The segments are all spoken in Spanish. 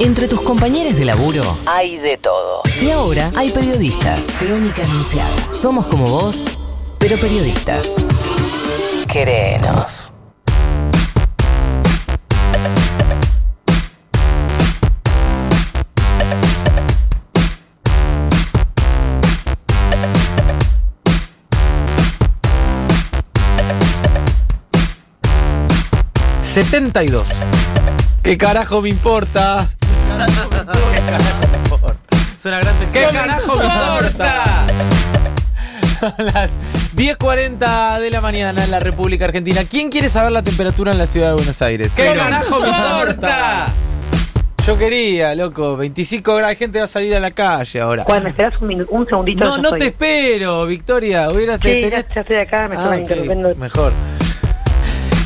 Entre tus compañeros de laburo Hay de todo. y ahora hay periodistas. Crónica Anunciada. Somos como vos, pero periodistas. Querenos. ¿72? ¿Qué carajo me importa? Es una gran sección. ¿Qué carajo me importa? Son las 10.40 de la mañana en la República Argentina. ¿Quién quiere saber la temperatura en la ciudad de Buenos Aires? ¿Qué carajo me importa? Yo quería, loco, 25 grados, gente va a salir a la calle ahora. Juan, ¿me esperas un, minu- un segundito? No, Ya no estoy. te espero, Victoria. Hubiera Sí, ya, ya estoy acá, me Ah, estaban ok, interrumpiendo. Mejor.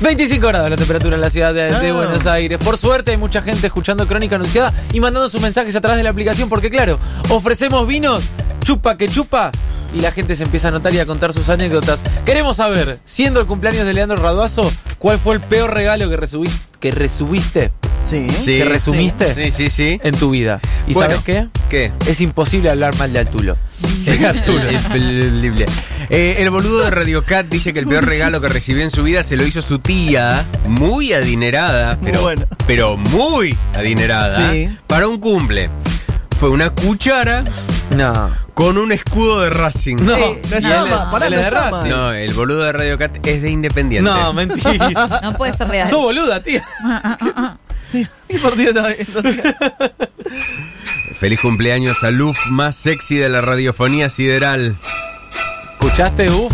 25 grados la temperatura en la ciudad de, de Ah. Buenos Aires. Por suerte hay mucha gente escuchando Crónica Anunciada y mandando sus mensajes a través de la aplicación porque claro, ofrecemos vinos, chupa que chupa y la gente se empieza a anotar y a contar sus anécdotas. Queremos saber, siendo el cumpleaños de Leandro Raduazo, ¿cuál fue el peor regalo que, resubi- que resubiste Sí. Sí, ¿Te resumiste? Sí, sí, sí. en tu vida? ¿Y Bueno. sabes qué? ¿Qué? Es imposible hablar mal de Arturo. Infalible. Eh, el boludo de Radio Cat dice que el peor regalo que recibió en su vida se lo hizo su tía, muy adinerada, pero, bueno. pero muy adinerada, Sí. para un cumple. Fue una cuchara No. con un escudo de Racing. No, no está y él es- mal, pará, no él es de está Racing. mal. No, el boludo de Radio Cat es de Independiente. No, mentira. No puede ser real. Sos boluda, tía. Mi partido está Feliz cumpleaños a Luf, más sexy de la radiofonía sideral. ¿Escuchaste? Uf.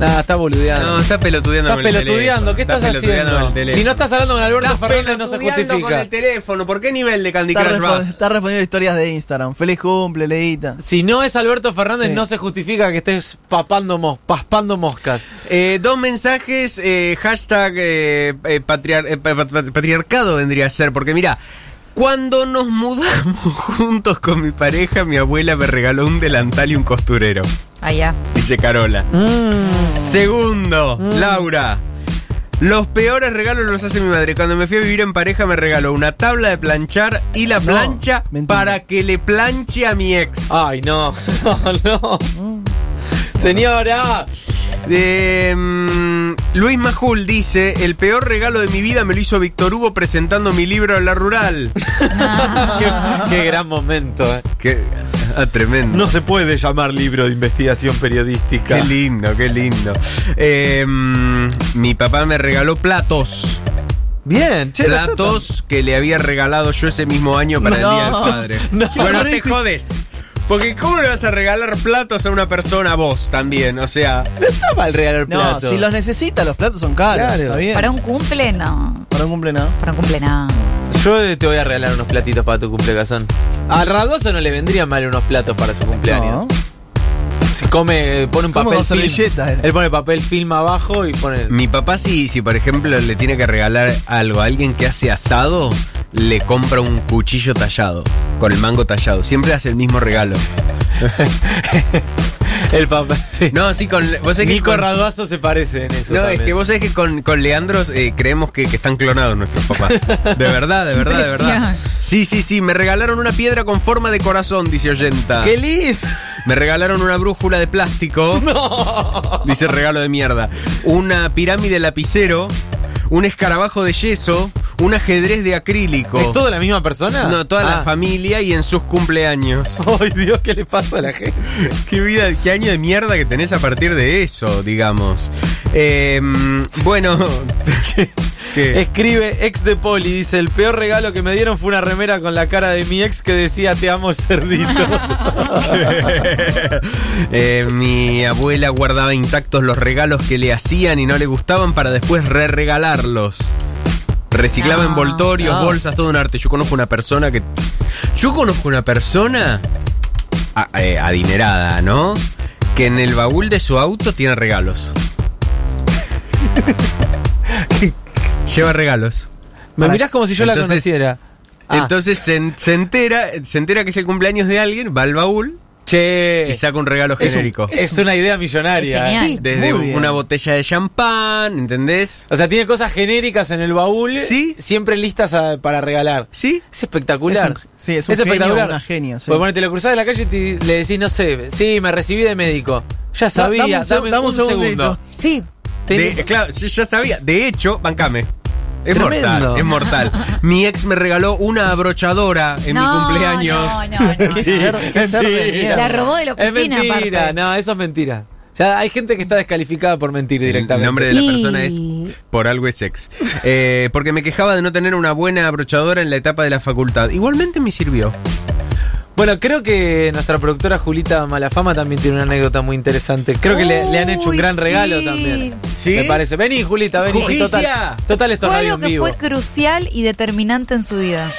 Nada, está boludeando. No, está pelotudeando estás con el pelotudeando. teléfono. ¿Qué estás Está pelotudeando haciendo? con Si el no teléfono. estás hablando con Alberto Fernández, no se pelotudeando con justifica. el teléfono. ¿Por qué nivel de Candy Crush respon- vas? está respondiendo historias de Instagram. Feliz cumple, Leita. Si no es Alberto Fernández, Sí. no se justifica que estés papando, mos- paspando moscas. Eh, dos mensajes, eh, hashtag eh, eh, patriar- eh, pa- pa- patriarcado vendría a ser, porque mira, cuando nos mudamos juntos con mi pareja, mi abuela me regaló un delantal y un costurero, Allá. dice Carola. Mm. Segundo, Laura. Los peores regalos los hace mi madre. Cuando me fui a vivir en pareja me regaló una tabla de planchar y la No, plancha mentira. para que le planche a mi ex. Ay, no. No, no. Señora. Eh, mm, Luis Majul dice: El peor regalo de mi vida me lo hizo Víctor Hugo presentando mi libro La Rural. Qué, qué gran momento. eh. Qué ah, tremendo. se puede llamar libro de investigación periodística. Qué lindo, qué lindo. Eh, mm, mi papá me regaló platos. Bien, che, no está tan- platos que le había regalado yo ese mismo año para No, el Día del Padre. no. bueno, te jodes. Porque ¿cómo le vas a regalar platos a una persona vos también? O sea, no está mal regalar No, platos. si los necesita, los platos son caros. Claro. Está bien. Para un cumple, no. Para un cumple, no. Para un cumple, no. Yo eh, te voy a regalar unos platitos para tu cumpleaños. A Radoso no le vendrían mal unos platos para su cumpleaños. No. Si come, eh, pone un ¿Cómo papel con film. servilletas, eh? Él pone papel film abajo y pone. Mi papá si, si por ejemplo le tiene que regalar algo a alguien que hace asado, le compra un cuchillo tallado, con el mango tallado. Siempre hace el mismo regalo. El papel. sí. No, sí, con... Vos sabés que Nico con- Radoso se parece en eso. No, es también. que vos sabés que con, con Leandros eh, creemos que, que están clonados nuestros papás. De verdad, de verdad, de verdad. Impresión. Sí, sí, sí, me regalaron una piedra con forma de corazón, dice Oyenta. ¡Qué lindo! Me regalaron una brújula de plástico. Dice regalo de mierda. Una pirámide lapicero. Un escarabajo de yeso. Un ajedrez de acrílico. ¿Es toda la misma persona? No, toda la Ah. familia y en sus cumpleaños. Ay, Dios, ¿qué le pasa a la gente? qué vida, qué año de mierda que tenés a partir de eso, digamos. Eh, bueno. ¿qué? Escribe ex de Poli, dice, el peor regalo que me dieron fue una remera con la cara de mi ex que decía te amo cerdito. Eh, mi abuela guardaba intactos los regalos que le hacían y no le gustaban para después re-regalarlos. Reciclaba No, envoltorios, no. bolsas, todo un arte. Yo conozco una persona que. Yo conozco una persona a- eh, adinerada, ¿no? Que en el baúl de su auto tiene regalos. Lleva regalos. me mirás como si yo la Entonces- conociera. Ah. Entonces se, en- se entera, se entera que es el cumpleaños de alguien, va al baúl Che. Y saca un regalo es un- genérico. Es una idea millonaria. Es eh. genial. Desde Muy bien. una botella de champán, ¿entendés? O sea, tiene cosas genéricas en el baúl. Sí. Siempre listas a- para regalar. ¿Sí? Es espectacular. Es un- sí, es un genio, una genia, sí. Porque ponete, lo cruzás de la calle y te- le decís, no sé, sí, me recibí de médico. Ya sabía, dame un seg- dame, dame un un segundo. segundito. Sí, Tenés- De- claro, yo ya sabía. De hecho, bancame. Es Tremendo. mortal, es mortal. Mi ex me regaló una abrochadora en mi No, cumpleaños. No, no, no. Qué ser, qué ser de mierda. La robó de la Es oficina, mentira, aparte. no, eso es mentira. Ya hay gente que está descalificada por mentir El directamente. nombre de la Y- persona es por algo es ex. Eh, porque me quejaba de no tener una buena abrochadora en la etapa de la facultad. Igualmente me sirvió. Bueno, creo que nuestra productora Julita Malafama también tiene una anécdota muy interesante. Creo que le, le han hecho un Uy, gran regalo sí. también. ¿Sí? Me parece. Vení, Julita, vení. Justicia. Total, total esto es Fue radio algo en que vivo. fue crucial y determinante en su vida.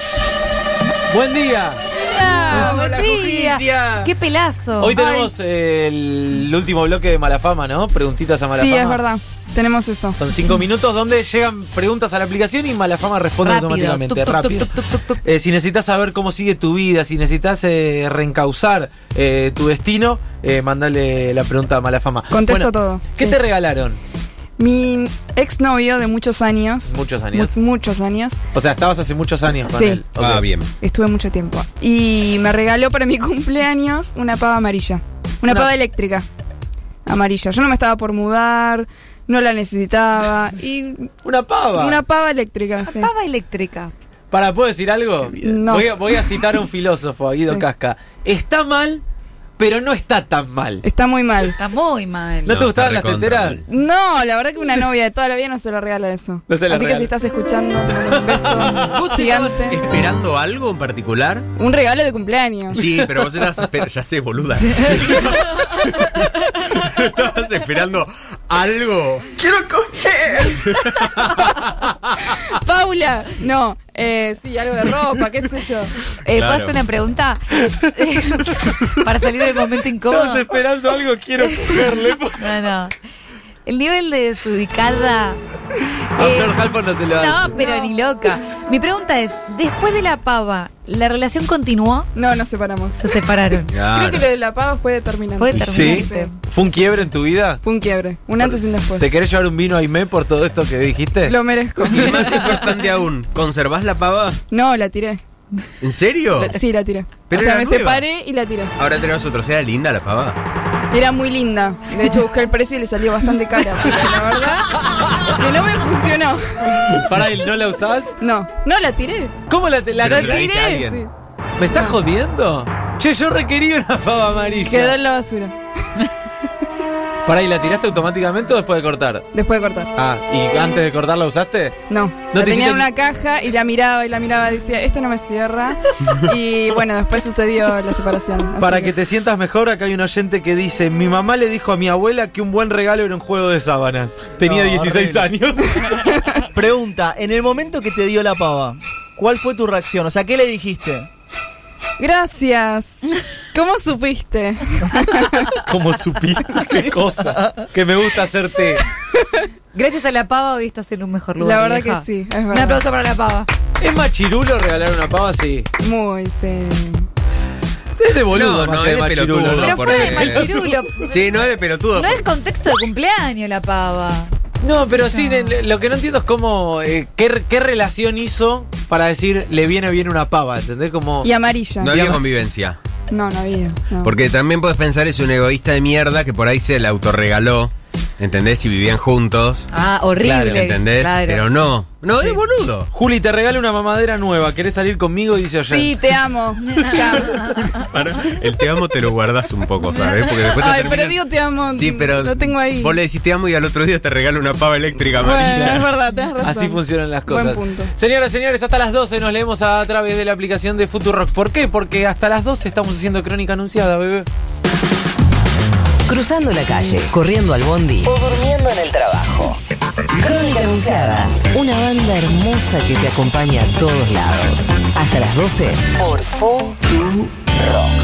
Buen día. ¡Ah, la Matías! justicia. ¡Qué pelazo! Hoy tenemos eh, el último bloque de Malafama, ¿no? Preguntitas a Malafama. Sí, es verdad. Tenemos eso. Son cinco minutos donde llegan preguntas a la aplicación y Malafama responde Rápido. automáticamente. Tuc, tuc, tuc, rápido. tuc, tuc, tuc, tuc. Eh, si necesitas saber cómo sigue tu vida, si necesitas eh, reencauzar eh, tu destino, eh, mandale la pregunta a mala fama. Contesto todo. ¿Qué Sí. te regalaron? Mi exnovio de muchos años. Muchos años. mu- muchos años. O sea, estabas hace muchos años con Sí. él. Ok. Ah, bien. Estuve mucho tiempo. Y me regaló para mi cumpleaños una pava amarilla. Una Una- pava eléctrica. Amarilla. Yo no me estaba por mudar. No la necesitaba. Y Una pava. una pava eléctrica, sí. Pava eléctrica. Para, ¿puedo decir algo? No. Voy, a, voy a citar a un filósofo, a Guido Sí. Casca. Está mal, pero no está tan mal. Está muy mal. Está muy mal. Eh, ¿No, te No, gustaban está las recontra teteras? mal. No, la verdad que una novia de toda la vida no se la regala eso. No se la Así regala. que si estás escuchando, te mando un beso gigante. ¿Esperando algo en particular? Un regalo de cumpleaños. Sí, pero vos estabas esperando. Ya sé, boluda. estabas esperando algo. ¡Quiero coger! Paula, no, eh, sí, algo de ropa, qué sé yo. Eh, Claro. Paso una pregunta. Para salir del momento incómodo. Estabas esperando algo, quiero cogerle. po- No, no. El nivel de desubicada. A eh, Flor Halfon no se lo hace. no, pero ni loca. Mi pregunta es: después de la pava, ¿la relación continuó? No, nos separamos. Se separaron. Creo que lo de la pava fue determinante. Fue ¿Sí? determinante. ¿Fue un quiebre en tu vida? Fue un quiebre, un antes y un después. ¿Te querés llevar un vino a Aimé por todo esto que dijiste? Lo merezco. Y más importante aún, ¿conservás la pava? No, la tiré. ¿En serio? La- sí, la tiré. Pero o sea, era me nueva. separé y la tiré. Ahora tenemos otros. ¿Era linda la pava? Era muy linda. De hecho, busqué el precio y le salió bastante cara. porque La verdad, que no me funcionó. Para él, ¿no la usás? No, no la tiré. ¿Cómo la, te- la Pero La se la te- diste a tiré. alguien. sí. ¿Me estás jodiendo? Che, yo requería una fava amarilla. Quedó en la basura. Para ¿y la tiraste automáticamente o después de cortar? Después de cortar. Ah, ¿y antes de cortar la usaste? No, ¿No la te tenía hiciste- en una caja y la miraba y la miraba y decía, esto no me cierra. y bueno, después sucedió la separación. así Para que te sientas mejor, acá hay un oyente que dice: Mi mamá le dijo a mi abuela que un buen regalo era un juego de sábanas. Tenía No, 16 horrible. años. Pregunta, en el momento que te dio la pava, ¿cuál fue tu reacción? O sea, ¿qué le dijiste? Gracias. ¿Cómo supiste? ¿Cómo supiste? Qué cosa. Que me gusta hacerte. Gracias a la pava hoy estás en un mejor lugar. La verdad vieja. que sí, es verdad. Un aplauso para la pava. ¿Es machirulo regalar una pava así? Muy, sí. Es de boludo, No, más no, que es de machirulo, pelotudo, ¿no? Pero por fue de ahí. machirulo. Sí, no es de pelotudo. No es contexto de cumpleaños la pava. No, pero Sí, sí, no. le- lo que no entiendo es cómo, eh, qué, qué relación hizo para decir le viene bien una pava, ¿entendés? Como... Y amarilla. No No, había Digamos- convivencia. no, había. no. Porque también puedes pensar es un egoísta de mierda que por ahí se la autorregaló. ¿Entendés? Si vivían juntos. Ah, horrible. ¿Entendés? Claro. Pero no. No, es boludo. Juli, te regalo una mamadera nueva, ¿querés salir conmigo? Dice Oyen. Sí, te amo. Chao. el te amo te lo guardas un poco, ¿sabes? Porque después Ay, pero digo te amo. Sí, pero Lo tengo ahí. Vos le decís te amo y al otro día te regalo una pava eléctrica bueno, amarilla. es verdad, tenés razón. Así funcionan las cosas. Buen punto. Señoras, señores, hasta las 12 nos leemos a través de la aplicación de Futurock. ¿Por qué? Porque hasta las 12 estamos haciendo crónica anunciada, bebé. cruzando la calle, corriendo al bondi o durmiendo en el trabajo. Crónica Anunciada, una banda hermosa que te acompaña a todos lados. Hasta las 12 por Futurock.